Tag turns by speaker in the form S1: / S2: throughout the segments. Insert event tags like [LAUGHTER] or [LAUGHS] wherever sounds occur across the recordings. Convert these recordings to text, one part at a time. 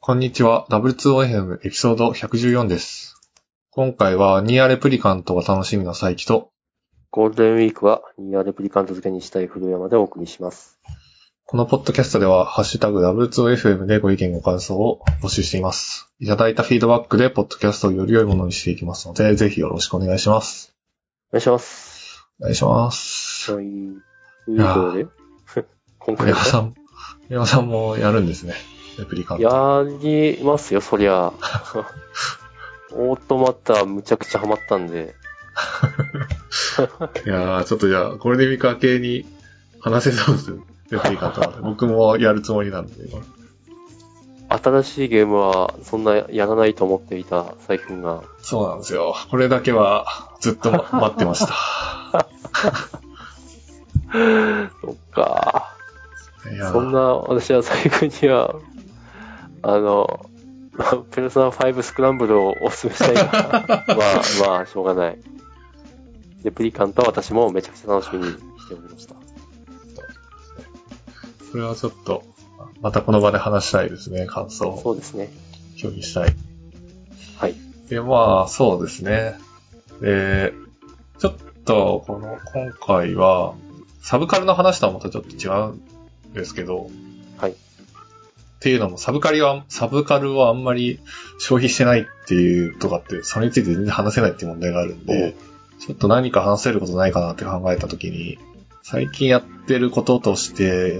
S1: こんにちは。W2OFM エピソード114です。今回はニアレプリカントが楽しみの再起と、
S2: ゴールデンウィークはニアレプリカント付けにしたい古山でお送りします。
S1: このポッドキャストでは、ハッシュタグ W2OFM でご意見ご感想を募集しています。いただいたフィードバックで、ポッドキャストをより良いものにしていきますので、ぜひよろしくお願いします。
S2: お願いします。
S1: お願いします。
S2: はい。ということで、 [LAUGHS]
S1: 栗
S2: 今回
S1: 山
S2: は
S1: さん、栗山さんもやるんですね。レプリカント。
S2: やりますよ、そり [LAUGHS] ゃ。オートマタむちゃくちゃハマったんで、
S1: いやー、ちょっとじゃあ、ゴールデンウィーク明けに話せそうです。レプリカントは。僕もやるつもりなんで、今
S2: 新しいゲームはそんなやらないと思っていた最近が、
S1: そうなんですよ。これだけはずっとま待ってま
S2: [LAUGHS]
S1: した。
S2: そっか。
S1: いやー
S2: そんな私は最近には、あの、ペルソナ5スクランブルをおすす
S1: [LAUGHS]
S2: めしたいが、まあまあ、しょうがない。レプリカントは私もめちゃくちゃ楽しみにしておりました。
S1: それはちょっと、またこの場で話したいですね。感想を
S2: そうですね。
S1: 共有したい。
S2: はい。
S1: で、まあ、そうですね。で、ちょっと、この、今回は、サブカルの話とはまたちょっと違うんですけど、
S2: はい
S1: っていうのも、サブカルは、サブカルはあんまり消費してないっていうとかって、それについて全然話せないっていう問題があるんで、ちょっと何か話せることないかなって考えたときに、最近やってることとして、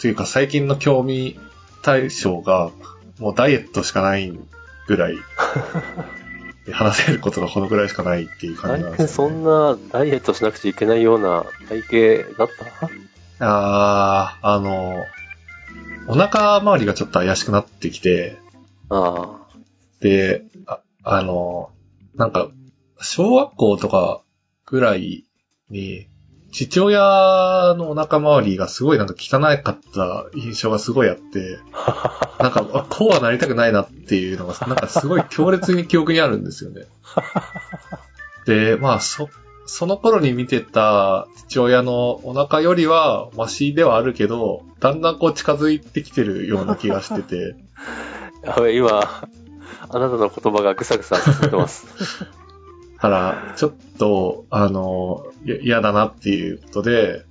S1: というか最近の興味対象が、もうダイエットしかないぐらい、話せることがこのぐらいしかないっていう感
S2: 大
S1: じなん
S2: 君、
S1: ですよ、ね。
S2: そんなダイエットしなくちゃいけないような体型だった
S1: あー、あの、お腹周りがちょっと怪しくなってきて、
S2: あ
S1: で、ああの、なんか、小学校とかぐらいに、父親のお腹周りがすごいなんか汚かった印象がすごいあって、なんか、あこうはなりたくないなっていうのが、なんかすごい強烈に記憶にあるんですよね。で、まあ、そ、その頃に見てた父親のお腹よりはマシではあるけど、だんだんこう近づいてきてるような気がしてて、
S2: あ。やばい今、あなたの言葉がぐさぐさ進んでます。
S1: [LAUGHS] から、ちょっと、あの、や嫌だなっていうことで、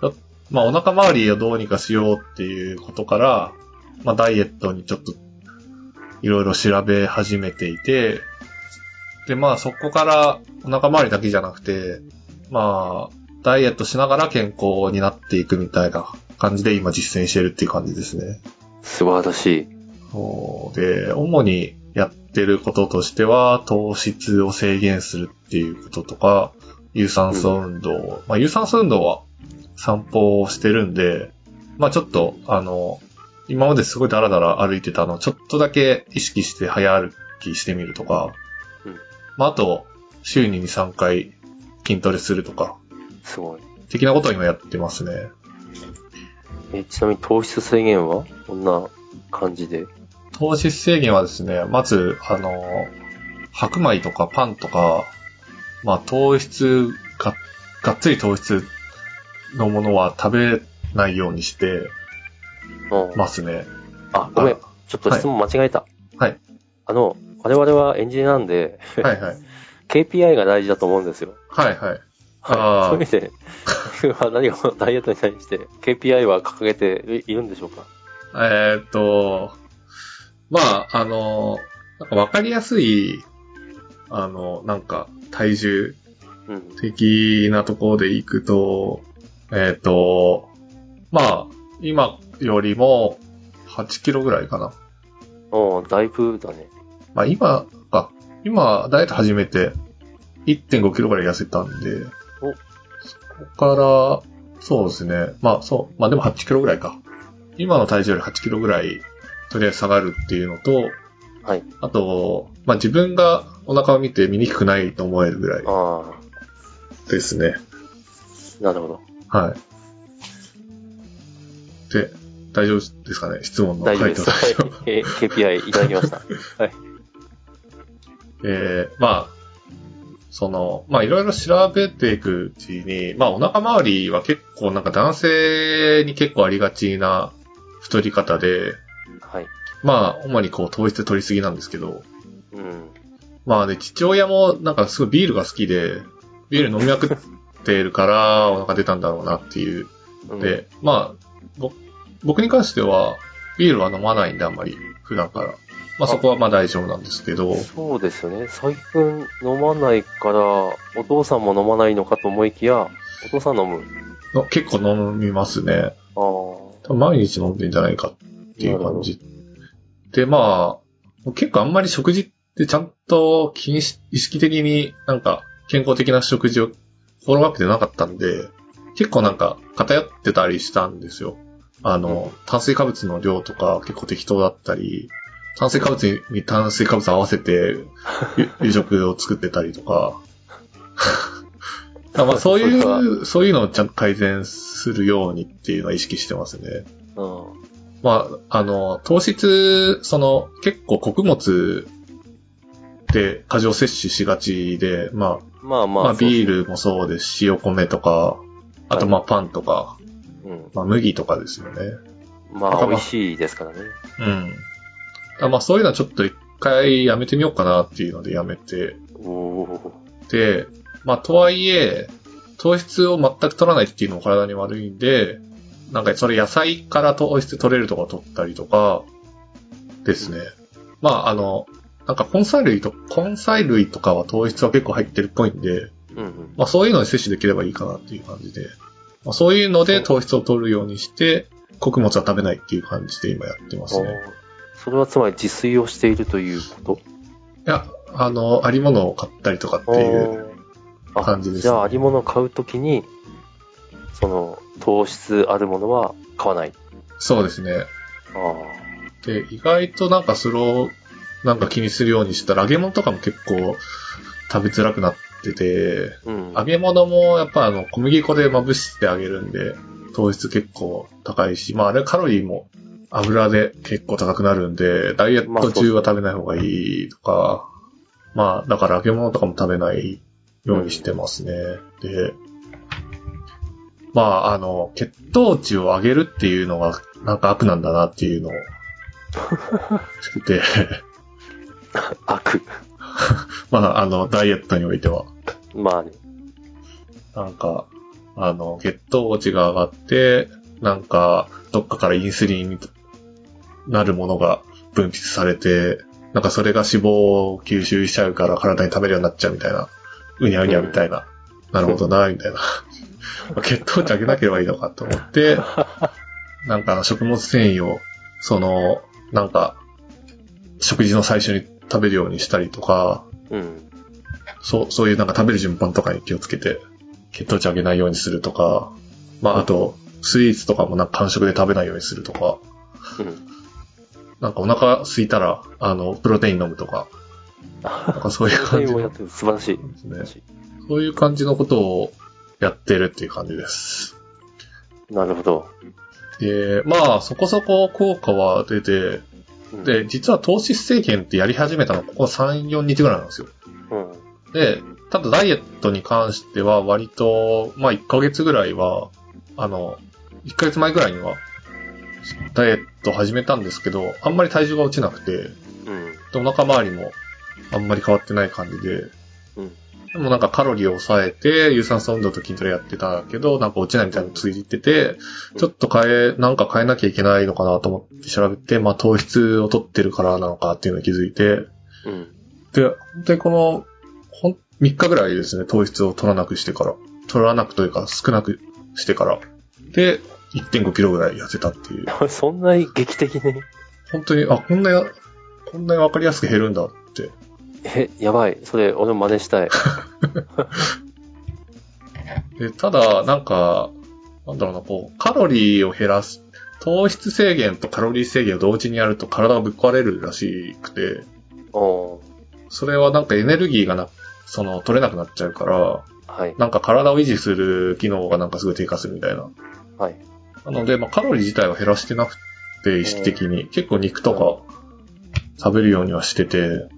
S1: ちょまあ、お腹周りをどうにかしようっていうことから、まあ、ダイエットにちょっと、いろいろ調べ始めていて、で、まあ、そこから、お腹周りだけじゃなくて、まあ、ダイエットしながら健康になっていくみたいな感じで今実践してるっていう感じですね。
S2: 素晴らしい。
S1: そうで、主にやってることとしては、糖質を制限するっていうこととか、有酸素運動。まあ、有酸素運動は散歩をしてるんで、まあ、ちょっと、あの、今まですごいダラダラ歩いてたのをちょっとだけ意識して早歩きしてみるとか、
S2: うん
S1: まあ、あと、週に2、3回筋トレするとか、
S2: すごい。
S1: 的なことを今やってますね。
S2: えちなみに糖質制限はこんな感じで。
S1: 糖質制限はですね、まず、あの、白米とかパンとか、まあ糖質が、がっつり糖質のものは食べないようにして
S2: うん
S1: ますね。
S2: あ、ごめん。ちょっと質問間違えた。
S1: はい。
S2: あの、我々はエンジニアなんで、
S1: あはいはい。
S2: [LAUGHS] KPI が大事だと思うんですよ。
S1: はいはい。あー
S2: そういう意味で、 [LAUGHS] 何がダイエットに対して KPI は掲げているんでしょうか
S1: えーっと、まあ、あの、なんかわかりやすい、あの、なんか、体重
S2: うん。
S1: 的なところで行くと、えっ、と、まあ、今よりも8キロぐらいかな。
S2: おだいぶだね。
S1: まあ今、あ、今、ダイエット始めて1.5キロぐらい痩せたんで、
S2: お
S1: そこから、そうですね。まあそう、まあでも8キロぐらいか。今の体重より8キロぐらい、とりあえず下がるっていうのと、
S2: はい。
S1: あと、まあ自分がお腹を見て醜くないと思えるぐらい
S2: ああ、
S1: ですね。
S2: なるほど。
S1: はい。で、大丈夫ですかね質問の
S2: 大丈夫です。
S1: 回答
S2: はいえ [LAUGHS] KPI いただきました。
S1: えー、まあ、その、まあいろいろ調べていくうちに、まあお腹周りは結構なんか男性に結構ありがちな太り方で、
S2: はい。
S1: まあ、主にこう糖質取りすぎなんですけど、
S2: うん。
S1: まあね、父親もなんかすごいビールが好きで、ビール飲みまくってるから、お腹出たんだろうなっていう。
S2: うん、
S1: で、まあ、ぼ僕に関しては、ビールは飲まないんで、あんまり、普段から。まあそこはまあ大丈夫なんですけど、
S2: そうですよね。最近飲まないから、お父さんも飲まないのかと思いきや、お父さん飲む。
S1: の結構飲みますね。
S2: ああ。
S1: 多分毎日飲んでんじゃないかっていう感じ。で、まあ、結構あんまり食事ってちゃんと気にし、意識的になんか健康的な食事を心がけてなかったんで、結構なんか偏ってたりしたんですよ。あの、炭水化物の量とか結構適当だったり、炭水化物に炭水化物合わせてゆ [LAUGHS] 夕食を作ってたりと [LAUGHS] か、だからまあそうい、
S2: そう
S1: そういうのをちゃんと改善するようにっていうのは意識してますね。
S2: うん。
S1: まあ、あの、糖質、その、結構穀物で過剰摂取しがちで、ま
S2: まあ
S1: あ、
S2: まあ。
S1: まあ、ビー
S2: ル。
S1: ルもそうですし、お米とか、あとまあパンとか、
S2: うん。
S1: まあ麦とかですよね。
S2: まあ、美味しいですからね。
S1: うん。あまあそういうのはちょっと一回やめてみようかなっていうのでやめて、
S2: おお。
S1: で、まあとはいえ、糖質を全く取らないっていうのも体に悪いんで、なんかそれ野菜から糖質取れるとか取ったりとか、ですね。まああの、なんか根菜類と、根菜類とかは糖質は結構入ってるっぽいんで、
S2: うんうん。
S1: まあそういうのに摂取できればいいかなっていう感じで、まあそういうので糖質を取るようにして、穀物は食べないっていう感じで今やってます
S2: お
S1: ね。
S2: ーそれはつまり自炊をしているということ
S1: いや、あの、ありものを買ったりとかっていう。
S2: おーあ
S1: 感じですね
S2: じゃあ、ありもの買うときに、その、糖質あるものは買わない。
S1: そうですね。
S2: あ
S1: で、意外となんかそれをなんか気にするようにしたら、揚げ物とかも結構食べづらくなってて、
S2: あ。うん。
S1: 揚げ物もやっぱあの小麦粉でまぶして揚げるんで、糖質結構高いし、まああれカロリーも油で結構高くなるんで、ダイエット中は食べない方がいいとか、まあだから揚げ物とかも食べないようにしてますね。で、まああの、血糖値を上げるっていうのがなんか悪なんだなっていうのを知って、 [LAUGHS]
S2: 悪。 [LAUGHS]
S1: まああのダイエットにおいては。
S2: まあね。
S1: なんか、あの、血糖値が上がって、なんか、どっかからインスリンになるものが分泌されて、なんかそれが脂肪を吸収しちゃうから体に食べるようになっちゃうみたいな。うにゃうにゃみたいな。なるほどな、みたいな。血糖値上げなければいいのかと思って、なんかあの食物繊維を、その、なんか、食事の最初に食べるようにしたりとか、
S2: うん。
S1: そう、そういうなんか食べる順番とかに気をつけて、血糖値上げないようにするとか、まあ、あと、スイーツとかもなんか間食で食べないようにするとか、
S2: うん。
S1: なんかお腹空いたら、あの、プロテイン飲むとか、なんかそういう
S2: そう
S1: 感
S2: い
S1: じ
S2: [LAUGHS] うも
S1: の
S2: やってる。素晴らしい。
S1: ですね。そういう感じのことをやってるっていう感じです。
S2: なるほど。
S1: で、まあ、そこそこ効果は出て、
S2: うん、
S1: で、実は糖質制限ってやり始めたのここ3、4日ぐらいなんですよ。
S2: うん。
S1: で、ただダイエットに関しては割と、まあ1ヶ月ぐらいは、あの、1ヶ月前ぐらいには、ダイエット始めたんですけど、あんまり体重が落ちなくて、
S2: うん。
S1: でお腹周りもあんまり変わってない感じで、
S2: うん
S1: でもなんかカロリーを抑えて、有酸素運動と筋トレやってたけど、なんか落ちないみたいなの続いてて、ちょっと変え、なんか変えなきゃいけないのかなと思って調べて、まあ糖質を取ってるからなのかっていうのに気づいて、
S2: うん。 [LAUGHS]
S1: で、本当にこの、ほん、3日ぐらいですね、糖質を取らなくしてから。取らなくというか、少なくしてから。で、1.5キロぐらい痩せたっていう。
S2: そんなに劇的に [LAUGHS]
S1: 本当に、あ、こんなや、こんなにわかりやすく減るんだって。
S2: え、やばい。それ、俺も真
S1: [LAUGHS]
S2: 似したい。
S1: で、ただ、なんか、なんだろうな、こう、カロリーを減らす、糖質制限とカロリー制限を同時にやると体がぶっ壊れるらしくて、
S2: おー
S1: それはなんかエネルギーがな、その、取れなくなっちゃうから、
S2: はい。
S1: なんか体を維持する機能がなんかすごい低下するみたいな。
S2: はい。
S1: なので、まあ、カロリー自体は減らしてなくて、意識的に。結構肉とか食べるようにはしてて、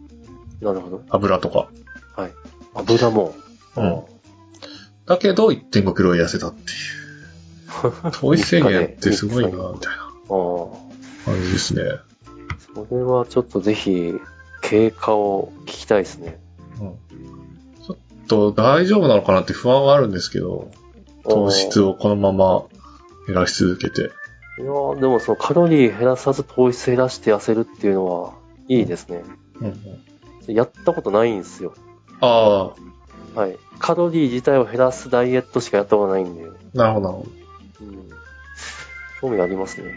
S2: なるほど。
S1: 油とか。
S2: はい。油も。
S1: うん。だけど、1.5キロ痩せたっていう。糖質制限ってすごいな、みたいな
S2: ああ。
S1: 感じですね。
S2: それはちょっとぜひ、経過を聞きたいですね。
S1: うん。ちょっと大丈夫なのかなって不安はあるんですけど、糖質をこのまま減らし続けて。
S2: いやーでもそのカロリー減らさず糖質減らして痩せるっていうのはいいですね。
S1: うんうん。
S2: やったことないんですよ。
S1: ああ、
S2: はい。カロリー自体を減らすダイエットしかやったことないんで。
S1: なるほどなるほど。
S2: うん。興味ありますね。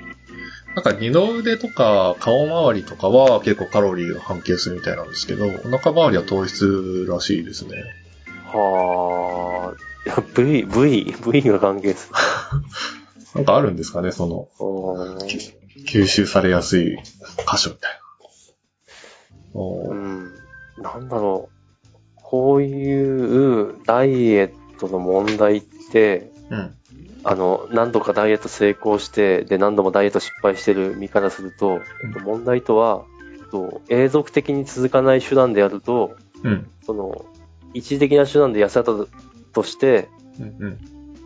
S1: なんか二の腕とか顔周りとかは結構カロリーが関係するみたいなんですけど、お腹周りは糖質らしいですね。
S2: はあ。いや、部位、部位、部位が関係です。
S1: なんかあるんですかね、その、
S2: うー
S1: 吸収されやすい箇所みたいな。お
S2: ん。う
S1: ー
S2: ん。なんだろう。こういうダイエットの問題って、
S1: うん。
S2: あの、何度かダイエット成功して、で、何度もダイエット失敗してる身からすると、えっと、問題とは、えっと永続的に続かない手段でやると、
S1: うん。
S2: その、一時的な手段で痩せたととして、
S1: うん。うん。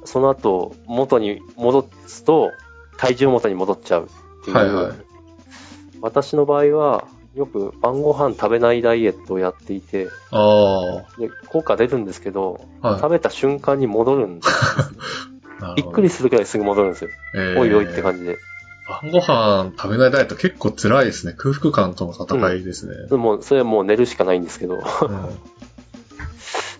S2: その後、元に戻すと、体重元に戻っちゃうっていう。
S1: はいはい
S2: 私の場合は、よく晩ご飯食べないダイエットをやっていて、
S1: ああ、はい
S2: で効果出るんですけど、。食
S1: な
S2: べた瞬間に戻るんです。
S1: るほど
S2: びっくりするくらいすぐ戻るんですよ。おいおいって感じで。
S1: 晩ご飯食べないダイエット結構辛いですね。空腹感との戦い
S2: [LAUGHS]
S1: ですね。
S2: でも、それはもう寝るしかないんですけど。
S1: う
S2: [LAUGHS]
S1: ん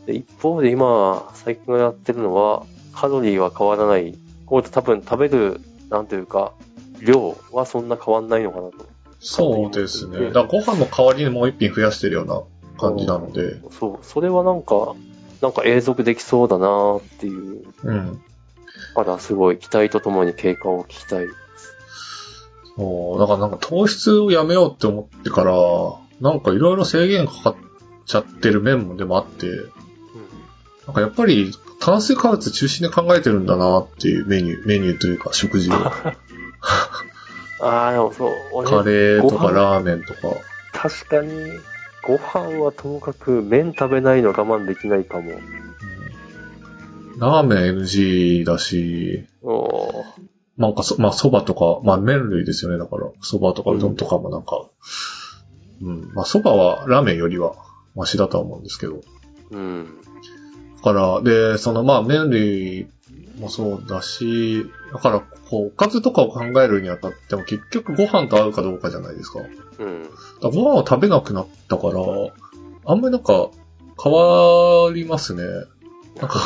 S2: で一方で今、最近やってるのは、カロリーは変わらない。こう多分食べる、なんというか、量はそんな変わんないのかなと。
S1: そうですね。だからご飯の代わりにもう一品増やしてるような感じなので。
S2: そう、それはなんか、なんか永続できそうだなーっていう、
S1: うん。
S2: からすごい期待とともに経過を聞きたい。
S1: そう。だからなんか糖質をやめようって思ってから、なんかいろいろ制限かかっちゃってる面もでもあって、なんかやっぱり炭水化物中心で考えてるんだなっていうメニュー、メニューというか食事を。
S2: ああ、でもそう、
S1: カ
S2: 俺、
S1: レーとか
S2: ご飯
S1: ラーメンとか。
S2: 確かに、ご飯はともかく麺食べないの我慢できないかも。
S1: うんラーメン NG だし、
S2: おー
S1: なんかそ、まあ、蕎麦とか、まあ、麺類ですよね、だから。蕎麦とかうどんとかもなんか、うん、まあ、蕎麦はラーメンよりは、マシだとは思うんですけど。
S2: うん。
S1: だから、で、その、まあ、麺類もそうだし、だから、こう、おかずとかを考えるにあたっても、結局ご飯と合うかどうかじゃないですか。だか
S2: うん。
S1: らご飯を食べなくなったから、あんまりなんか、変わりますね。なんか、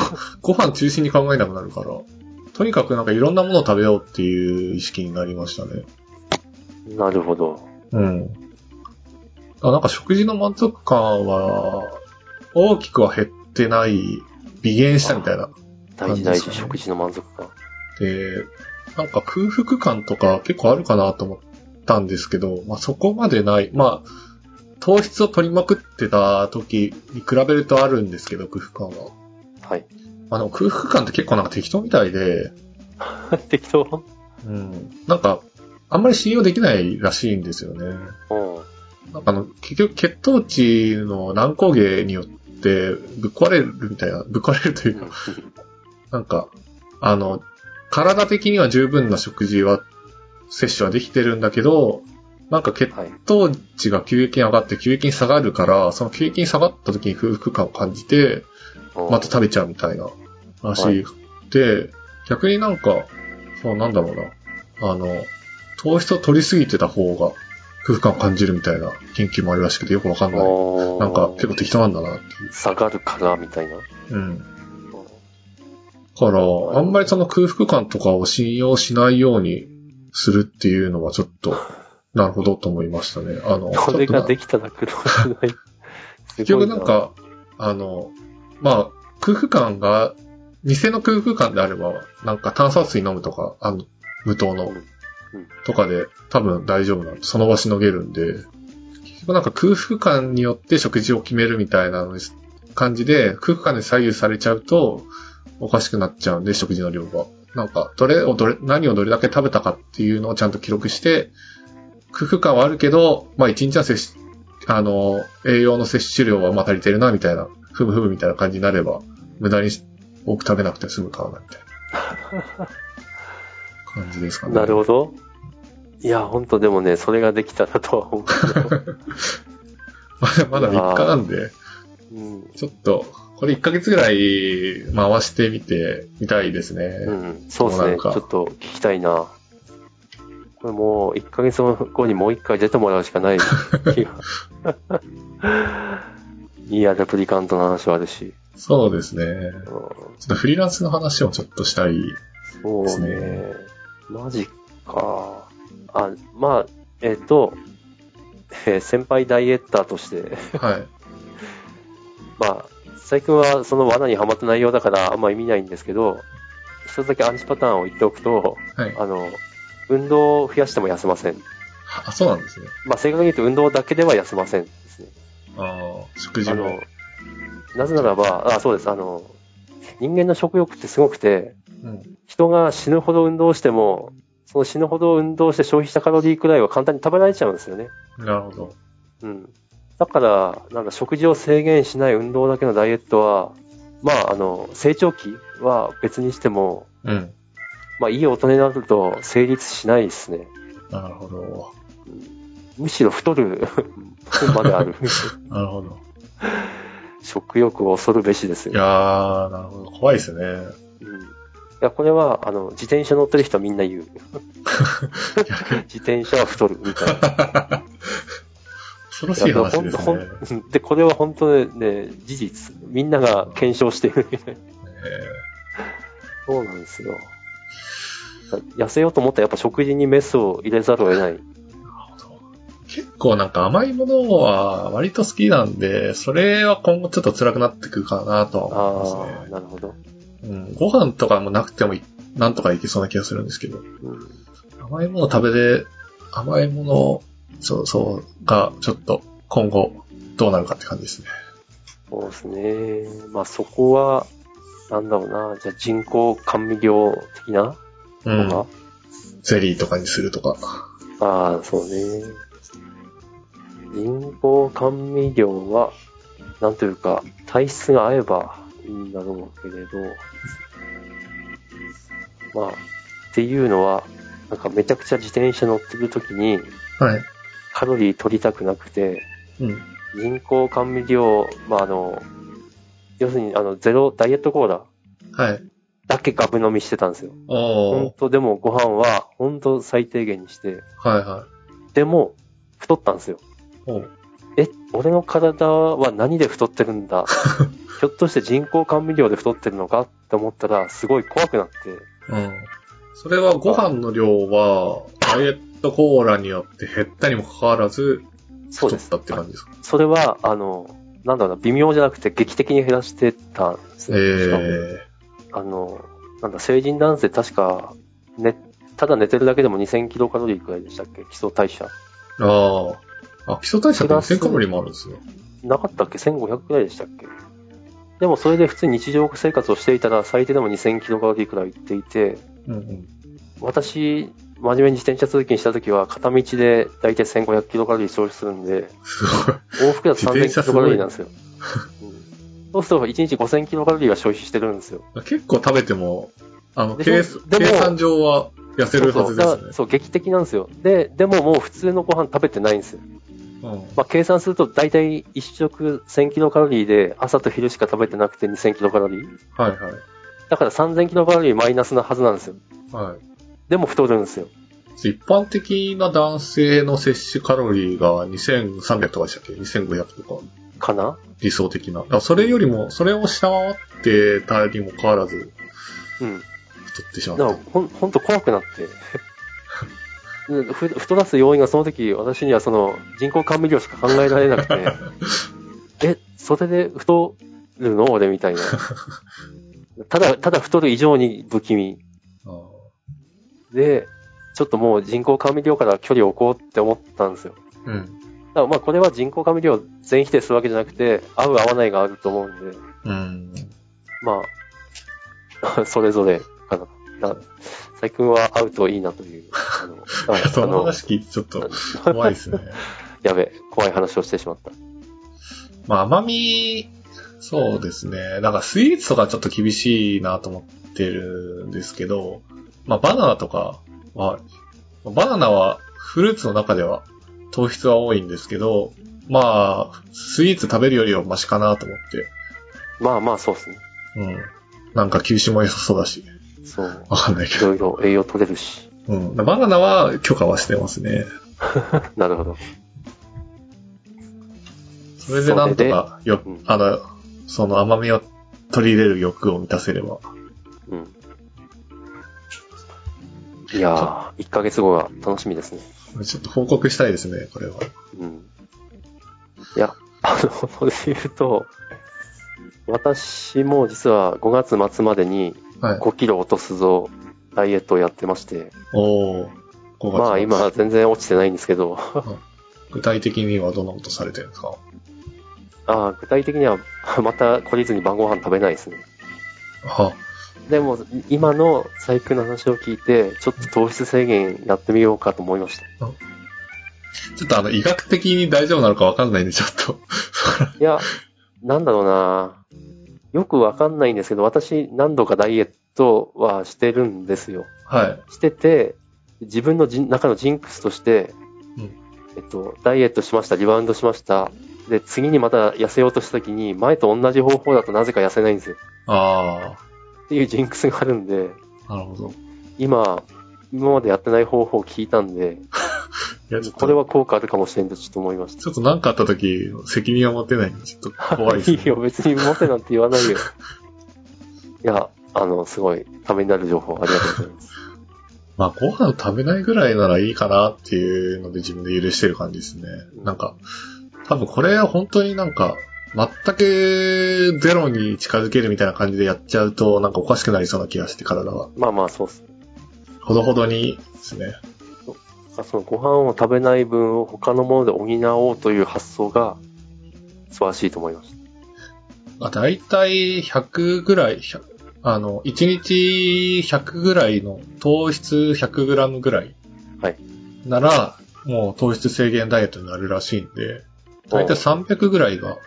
S1: ご飯中心に考えなくなるから。とにかくなんかいろんなものを食べようっていう意識になりましたね。
S2: なるほど。
S1: うん。あなんか食事の満足感は、大きくは減ってない、微減したみたいな。
S2: 大事大
S1: なんですか
S2: 事、
S1: ね
S2: 食事の満足感。
S1: で、なんか空腹感とか結構あるかなと思ったんですけど、まあそこまでない。まあ、糖質を取りまくってた時に比べるとあるんですけど、空腹感は。 [LAUGHS]
S2: はい。
S1: あの、空腹感って結構なんか適当みたいで、
S2: 適当
S1: うん。なんか、あんまり信用できないらしいんですよね。
S2: うん。
S1: なんかあの、結局血糖値の乱高下によってぶっ壊れるみたいな、ぶっ壊れるというか、なんか、あの、体的には十分な食事は、摂取はできてるんだけど、なんか血
S2: はい。
S1: 糖値が急激に上がって急激に下がるから、その急激に下がった時に空腹感を感じて、また食べちゃうみたいな話、
S2: はい
S1: で、逆になんか、そうなんだろうな、あの、糖質を取りすぎてた方が空腹感を感じるみたいな研究もあるらしくてよくわかんない。
S2: おー
S1: なんか結構適当なんだなってい
S2: 下がるからみたいな。
S1: う。うん。だから、あんまりその空腹感とかを信用しないようにするっていうのはちょっと、なるほどと思いましたね。あの、ちょっ
S2: これ
S1: と
S2: が
S1: な
S2: できたら苦労しない。
S1: [LAUGHS] 結局なんか、あの、まあ、空腹感が、偽の空腹感であれば、なんか炭酸水飲むとか、あの、無糖の
S2: うんうん、
S1: とかで多分大丈夫なんで、その場しのげるんで、結局なんか空腹感によって食事を決めるみたいなのに感じで、空腹感で左右されちゃうと、おかしくなっちゃうんで、食事の量が。なんか、どれをどれ、何をどれだけ食べたかっていうのをちゃんと記録して、空腹感はあるけど、まあ一日は摂取あの、栄養の摂取量はまあ足りてるな、みたいな、ふむふむみたいな感じになれば、無駄に多く食べなく
S2: [LAUGHS]
S1: て済むかな、みたいな。感じですかね。
S2: なるほど。いや、ほんとでもね、それができたらとは思うけ
S1: [LAUGHS]
S2: ど。
S1: まだまだ3日なんで、
S2: うん。
S1: ちょっと、これ1ヶ月ぐらい回してみてみたいですね。
S2: うん。そうです
S1: もうな
S2: ね。
S1: ん
S2: ちょ
S1: か
S2: っと聞きたいな。これもう、1ヶ月後にもう1回出てもらうしかない気
S1: [LAUGHS]
S2: が。いや、レプリカントの話はあるし。
S1: そうですね。
S2: うん
S1: ちょっとフリーランスの話もちょっとしたい。
S2: そうね
S1: で。
S2: マジか。あ、まあ、えっ、と、えー先輩ダイエッターとして、
S1: はい。
S2: まあ、最近はその罠にはまった内容だからあんま意味ないんですけど、一つだけアンチパターンを言っておくと、
S1: はい。
S2: あの、運動を増やしても痩せません。
S1: あ、そうなんですね。
S2: まあ、正確に言うと運動だけでは痩せませんですね。
S1: ああ、食事
S2: あ
S1: も
S2: の。、なぜならば、あ、そうです。あの、人間の食欲ってすごくて、
S1: うん。
S2: 人が死ぬほど運動しても、その死ぬほど運動して消費したカロリーくらいは簡単に食べられちゃうんですよね。
S1: なるほど。
S2: うん。だから、なんか食事を制限しない運動だけのダイエットは、まあ、あの、成長期は別にしても、
S1: うん。
S2: まあ、いい大人になると成立しないですね。
S1: なるほど。
S2: むしろ太る [LAUGHS] まである。 [LAUGHS]
S1: なるほど。
S2: 食欲を恐るべしです
S1: い
S2: よ。
S1: やー、なるほど。怖いですね。 [LAUGHS]
S2: うんいや、これは、あの、自転車乗ってる人はみんな [LAUGHS] 言う。自転車は太る、みたいな。
S1: 恐ろしい話
S2: い
S1: で
S2: や
S1: す
S2: ほん
S1: ね。
S2: ほんで、 [LAUGHS] これは本当にね、事実。みんなが検証しているみたいな。そうなんですよ。痩せようと思ったらやっぱ食事にメスを入れざるを得ない。
S1: 結構なんか甘いものは割と好きなんで、それは今後ちょっと辛くなってくるかなとは思い
S2: あ
S1: ま
S2: あ、
S1: すね。
S2: なるほど。
S1: うん、ご飯とかもなくてもいなんとかいけそうな気がするんですけど、
S2: うん
S1: 甘いもの食べて、甘いもの、そう、そう、がちょっと今後どうなるかって感じですね。
S2: そうですね。まあそこは、なんだろうな、じゃあ人工甘味料的な
S1: う
S2: の
S1: ん
S2: が、。
S1: ゼリーとかにするとか。
S2: ああ、そうね。人工甘味料は、なんというか、体質が合えばいいんだろうけれど、まあ、っていうのは、なんかめちゃくちゃ自転車乗ってる時に、
S1: はい。
S2: カロリー取りたくなくて、
S1: うん。
S2: 人工甘味料、まああの、要するにあの、ゼロ、ダイエットコーラ
S1: はい。
S2: だけガブ飲みしてたんですよ。ほ
S1: お
S2: ん
S1: ー。
S2: と、でもご飯は、ほんと最低限にして、
S1: はいは
S2: でも、太ったんですよ。
S1: い。おう。
S2: え、俺の体は何で太ってるん [LAUGHS] だひょっとして人工甘味料で太ってるのかって思ったら、すごい怖くなって、
S1: うん。それはご飯の量は、ダイエットコーラによって減ったにもかかわらず、
S2: そ
S1: 太
S2: うで
S1: っ
S2: す
S1: た。って感じですか
S2: それは、あの、なんだろうな、微妙じゃなくて劇的に減らしてたんです
S1: え
S2: ね。しかも
S1: え
S2: あの、なんだ、成人男性確か、ね、ただ寝てるだけでも2000キロカロリーくらいでしたっけ基礎代謝。
S1: ああ。あ、基礎代謝って
S2: プラス
S1: 2000カロリーもあるんですね。
S2: なかったっけ ?1500 くらいでしたっけでもそれで普通に日常生活をしていたら最低でも2000キロカロリーくらいいっていて、
S1: うんうん。
S2: 私、真面目に自転車通勤した時は片道で大体1500キロカロリー消費するんで、
S1: すごい。
S2: 往復だと
S1: 自転
S2: 3000キ
S1: 車
S2: ロ
S1: す
S2: カ
S1: ごい
S2: ロリーなんですよ。うんそうすると1日5000キロカロリーは消費してるんですよ。
S1: 結構食べても、あの、
S2: でしょ
S1: 計算
S2: で
S1: 計
S2: も
S1: 算上は痩せるはずで
S2: そう
S1: す
S2: そう
S1: ね
S2: だそう劇的なんですよ。で、でももう普通のご飯食べてないんですよ。。
S1: うん
S2: まあ、計算すると大体1食1000キロカロリーで朝と昼しか食べてなくて2000キロカロリー。
S1: はいはい。
S2: だから3000キロカロリーマイナスなはずなんですよ。
S1: はい。
S2: でも太るんですよ。
S1: 一般的な男性の摂取カロリーが2300とかでしたっけ ?2500 とか。
S2: かな
S1: 理想的な。あそれよりも、それを下回ってたにもかかわらず
S2: うん。
S1: 太ってしま
S2: だから
S1: っ
S2: ほん、ほんと怖くなって。 [LAUGHS] でふ太らす要因がその時、私にはその人工甘味料しか考えられなくて、え、それで太るの俺みたいな。ただ、ただ太る以上に不気味。
S1: た。あ
S2: で、ちょっともう人工甘味料から距離を置こうって思ったんですよ。
S1: ーうん。
S2: だからまあこれは人工甘味料全否定するわけじゃなくて、合う合わないがあると思うんで、
S1: うん。
S2: まあ、 [LAUGHS] それぞれかな。な最近は合うといいなという。あのあ
S1: [LAUGHS] その
S2: あの
S1: 話聞いてちょっと怖いですね。
S2: やべ、怖い話をしてしまった。
S1: まあ、甘み、そうですね。なんかスイーツとかちょっと厳しいなと思ってるんですけど、まあ、バナナとかは、バナナはフルーツの中では糖質は多いんですけど、まあ、スイーツ食べるよりはマシかなと思って。
S2: まあまあ、そうですね。
S1: うん。なんか吸収も良さそうだし、
S2: そう。
S1: わかんないけ
S2: い
S1: ど。
S2: ろいろ栄養取れるし。
S1: うん。バナナは許可はしてますね。
S2: なるほど。
S1: それでなんとかよ
S2: それでうん、
S1: あの、その甘みを取り入れる欲を満たせれば。
S2: うん。いやー、1ヶ月後が楽しみですね。
S1: ちょっと報告したいですね、これは。
S2: うん。いや、 [LAUGHS] あの、それで言うと、私も実は5月末までに
S1: はい。
S2: 5キロ落とすぞ、ダイエットをやってまして、
S1: おー。5月
S2: まあ今全然落ちてないんですけど、
S1: 具体的にはどんなことされてるんですか
S2: あー具体的には [LAUGHS] また懲りずに晩ご飯食べないですね。
S1: は、
S2: でも今の細工の話を聞いて、ちょっと糖質制限やってみようかと思いました。
S1: ちょっとあの、医学的に大丈夫なのかわかんないんで、ちょっと。
S2: いや、なんだろうな。よくわかんないんですけど、私何度かダイエットはしてるんですよ。
S1: はい。
S2: してて、自分のじん中のジンクスとして、
S1: うん
S2: えっと、ダイエットしました、リバウンドしました。で、次にまた痩せようとした時に、前と同じ方法だとなぜか痩せないんですよ。
S1: あ
S2: っていうジンクスがあるんで、
S1: ー。なるほど。
S2: 今、今までやってない方法を聞いたんで、
S1: いや、ちょっと、
S2: これは効果あるかもしれんとちょっと思いまし
S1: ちょっと何かあった時、責任を持てないんで、ちょっと
S2: た。
S1: 怖いです、ね。
S2: [LAUGHS] いいよ、別に持てなんて言わないよ。 [LAUGHS] いや、あの、すごい、ためになる情報ありがとうございます。
S1: まあ、ご飯食べないぐらいならいいかなっていうので自分で許してる感じですね。なんか、多分これは本当になんか、全くゼロに近づけるみたいな感じでやっちゃうと、なんかおかしくなりそうな気がして、体は。
S2: まあまあ、そうっす
S1: ほどほどにですね。
S2: あそのご飯を食べない分を他のもので補おうという発想が素晴らしいと思いまし
S1: まあ、だいたい100ぐらい、100あの、1日100ぐらいの糖質100グラムぐらい。
S2: はい
S1: なら、もう糖質制限ダイエットになるらしいんで、
S2: た。
S1: だいたい
S2: 3
S1: 300ぐらいが、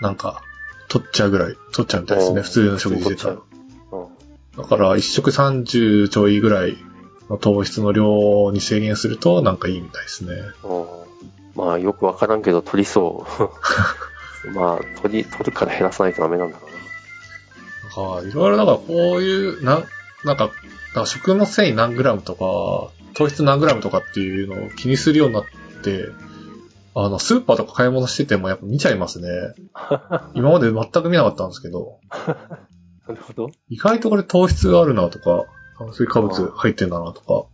S1: なんか、取っちゃうぐらい、取っちゃうみたいですね、普通の食事してたら。だから、1食30ちょいぐらいの糖質の量に制限すると、なんかいいみたいですね。
S2: まあよくわからんけど、取りそう。 [LAUGHS] まあ、取り、取るから減らさないとダメなんだろ
S1: なんか、いろいろ、だからこういう、なん、なんか、なんか食物繊維何グラムとか、糖質何グラムとかっていうのを気にするようになって、あの、スーパーとか買い物しててもやっぱ見ちゃい
S2: [LAUGHS]
S1: ますね。今まで全く見なかったんですけど、
S2: うな。なるほど。
S1: 意外とこれ糖質があるなとか、炭水化物入ってんだなとか、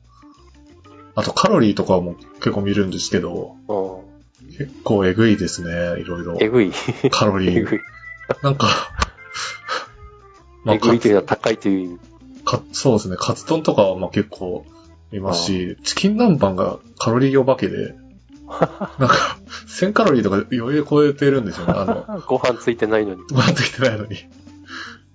S1: あとカロリーとかも結構見るんですけど、
S2: うん
S1: 結構えぐいですね、いろいろ。
S2: えぐい。
S1: カロリ
S2: え
S1: ー。
S2: ぐい。
S1: なんか、ま
S2: [LAUGHS] え
S1: あ、
S2: ぐ
S1: カ
S2: いという
S1: ツ
S2: のは高いという意味。
S1: かそうですね、カツ丼とかはまあ結構見ますし、チキン南蛮がカロリーお化け
S2: [LAUGHS]
S1: で、なんか、1000カロリーとか余裕超えてるんですよね、あの、
S2: [LAUGHS] ご飯ついてないのに。
S1: まだできてないのに。まあ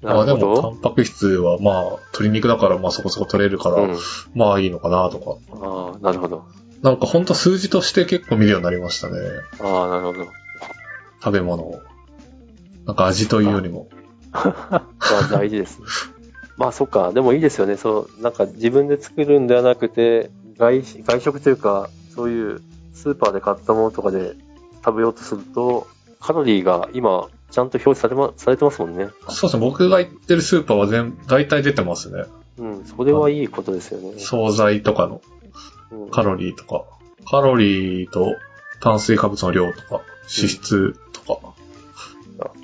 S2: な
S1: まあで
S2: るほ
S1: も、タ
S2: ど。
S1: ンパク質はまあ、鶏肉だからまあそこそこ取れるから、
S2: うん。
S1: まあいいのかなとか。
S2: ああ、なるほど。
S1: なんかほんと数字として結構見るようになりましたね。
S2: ああ、なるほど。
S1: 食べ物を。なんか味というよりも。
S2: まあ大事ですね。 [LAUGHS] まあそっか、でもいいですよね。そう、なんか自分で作るんではなくて、外食外食というか、そういうスーパーで買ったものとかで食べようとすると、カロリーが今、ちゃんと表示され,、ま、されてますもんね。
S1: そうですね、僕が行ってるスーパーは全、大体出てますね。
S2: うん、それはいいことですよね。
S1: 惣菜とかの
S2: うん、
S1: カロリーとか。カロリーと炭水化物の量とか、脂質とか。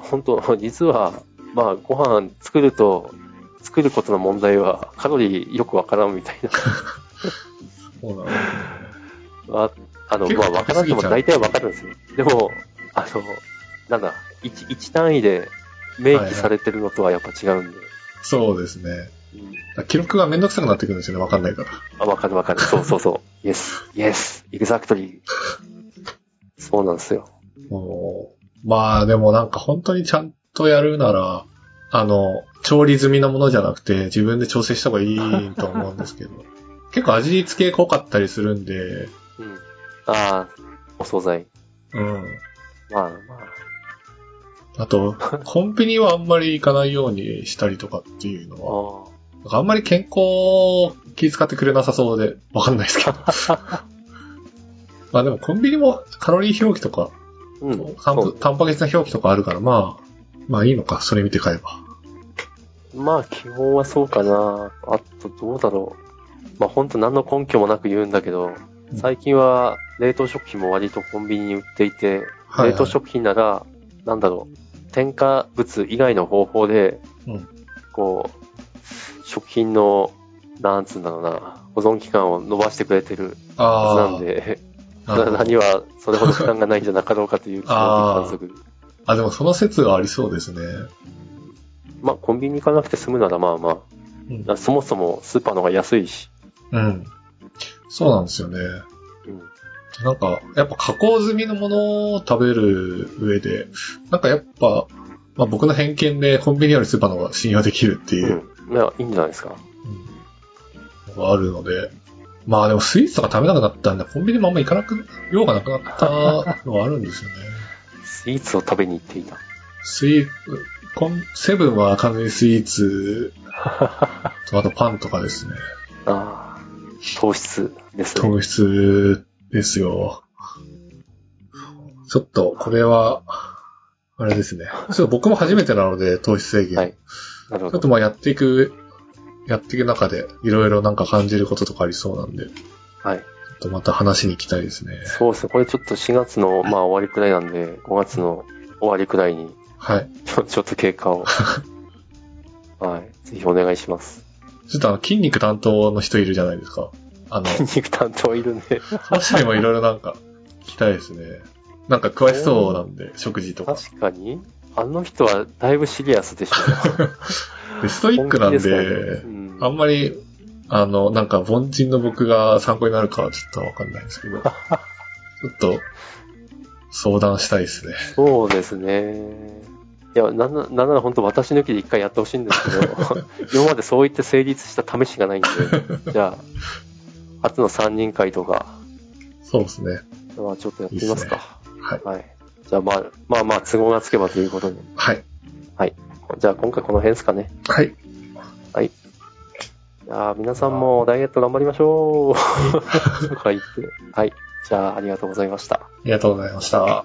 S2: 本当実は、まあご飯作ると、作ることの問題は、カロリーよくわからんみたい
S1: そうなの [LAUGHS]
S2: な。ああの、
S1: 結構
S2: まあわからんで
S1: 高すぎ
S2: も
S1: ちゃう
S2: 大体わかるんですよ。でも、あの、なんだ、1, 単位で明記されてるのとはやっぱ違うんで。
S1: そうですね。
S2: うん
S1: 記録がめんどくさくなってくるんですよね、わかんないから。
S2: あ、わかるわかる。そうそ
S1: [LAUGHS]
S2: うそう。yes, yes, exactly. そうなんですよ。
S1: もうまあでもなんか本当にちゃんとやるなら、あの、調理済みのものじゃなくて自分で調整した方がいいと思うんです [LAUGHS] けど。結構味付け濃かったりするんで、
S2: うん。ああ、お惣菜。
S1: うん。
S2: まあまあ。
S1: あと、コンビニはあんまり行かないようにしたりとかっていうのは、
S2: あー
S1: なんかあんまり健康気遣ってくれなさそうで、わかんないです
S2: [LAUGHS]
S1: けど。まあでもコンビニもカロリー表記とか、
S2: うん。
S1: タン
S2: そ
S1: パタンパク質の表記とかあるから、まあ、まあいいのか、それ見て買えば。
S2: うまあ、基本はそうかな。あと、どうだろう。まあ、ほんと何の根拠もなく言うんだけど、
S1: うん
S2: 最近は冷凍食品も割とコンビニに売っていて、
S1: はいはい
S2: 冷凍食品なら、なんだろう、添加物以外の方法で、
S1: うん
S2: こう、食品の、なんつうんだろうな、保存期間を伸ばしてくれてるはず
S1: ああ。
S2: なんで、 [LAUGHS]
S1: なるほど
S2: 体にはそれほど負担がないんじゃなかろうかという基本的観測。
S1: あ、でもその説はありそうですね。
S2: まあ、コンビニ行かなくて済むならまあま
S1: うん
S2: あ、そもそもスーパーの方が安いし、
S1: うん。そうなんですよね。
S2: うん、。
S1: なんか、やっぱ加工済みのものを食べる上で、なんかやっぱ、まあ僕の偏見でコンビニよりスーパーの方が信用できるっていううん
S2: いや、いいんじゃないですか。
S1: のがあるので、まあでもスイーツとか食べなくなったんで、コンビニもあんま行かなく、用がなくなったのはあるんです
S2: [LAUGHS]
S1: よね。
S2: スイーツを食べに行っていた。
S1: スイーツ、コンセブンは完全にスイーツとあとパンとかですね。
S2: あー糖質ですね。
S1: 糖質ですよ。ちょっと、これは、あれですね。ちょっと僕も初めてなので、糖質制限。
S2: はいなる
S1: ちょ
S2: ほ
S1: っと
S2: ど。
S1: まあやっていく、やっていく中で、いろいろなんか感じることとかありそうなんで、ちょ
S2: はい。
S1: っとまた話に行きたいですね。
S2: そうですね。これちょっと4月の、まあ、終わりくらいなんで、5月の終わりくらいに、
S1: はい。
S2: ちょ [LAUGHS] ちょっと経
S1: [LAUGHS]
S2: 過を。はい。ぜひお願いします。
S1: ちょっとあの、筋肉担当の人いるじゃないですか。あの、
S2: 筋肉担当いるんで。
S1: その人にもいろいろなんか、聞きたいですね。なんか詳しそうなんで、食事とか。
S2: 確かに、あの人はだいぶシリアスでしょ。
S1: でストイックなんで、
S2: 本気すからねうん
S1: あんまり、あの、なんか凡人の僕が参考になるかはちょっとわかんないですけど、ちょっと相談したいですね。
S2: そうですね。いや、なんななんなら本当私抜きで一回やってほしいんですけど、
S1: [LAUGHS]
S2: 今までそういって成立した試しがないんで、じゃあ、初の3人会とか、
S1: そうですね。
S2: まあ、ちょっとやってみますか。
S1: はい。
S2: はい。じゃあ、まあ、まあまあ、都合がつけばということで。
S1: はい。
S2: じゃあ、今回この辺ですかね。
S1: はい。
S2: じゃあ、皆さんもダイエット頑張りまし
S1: [LAUGHS]
S2: ょう。とか言って。はい。じゃあ、ありがとうございました。
S1: ありがとうございました。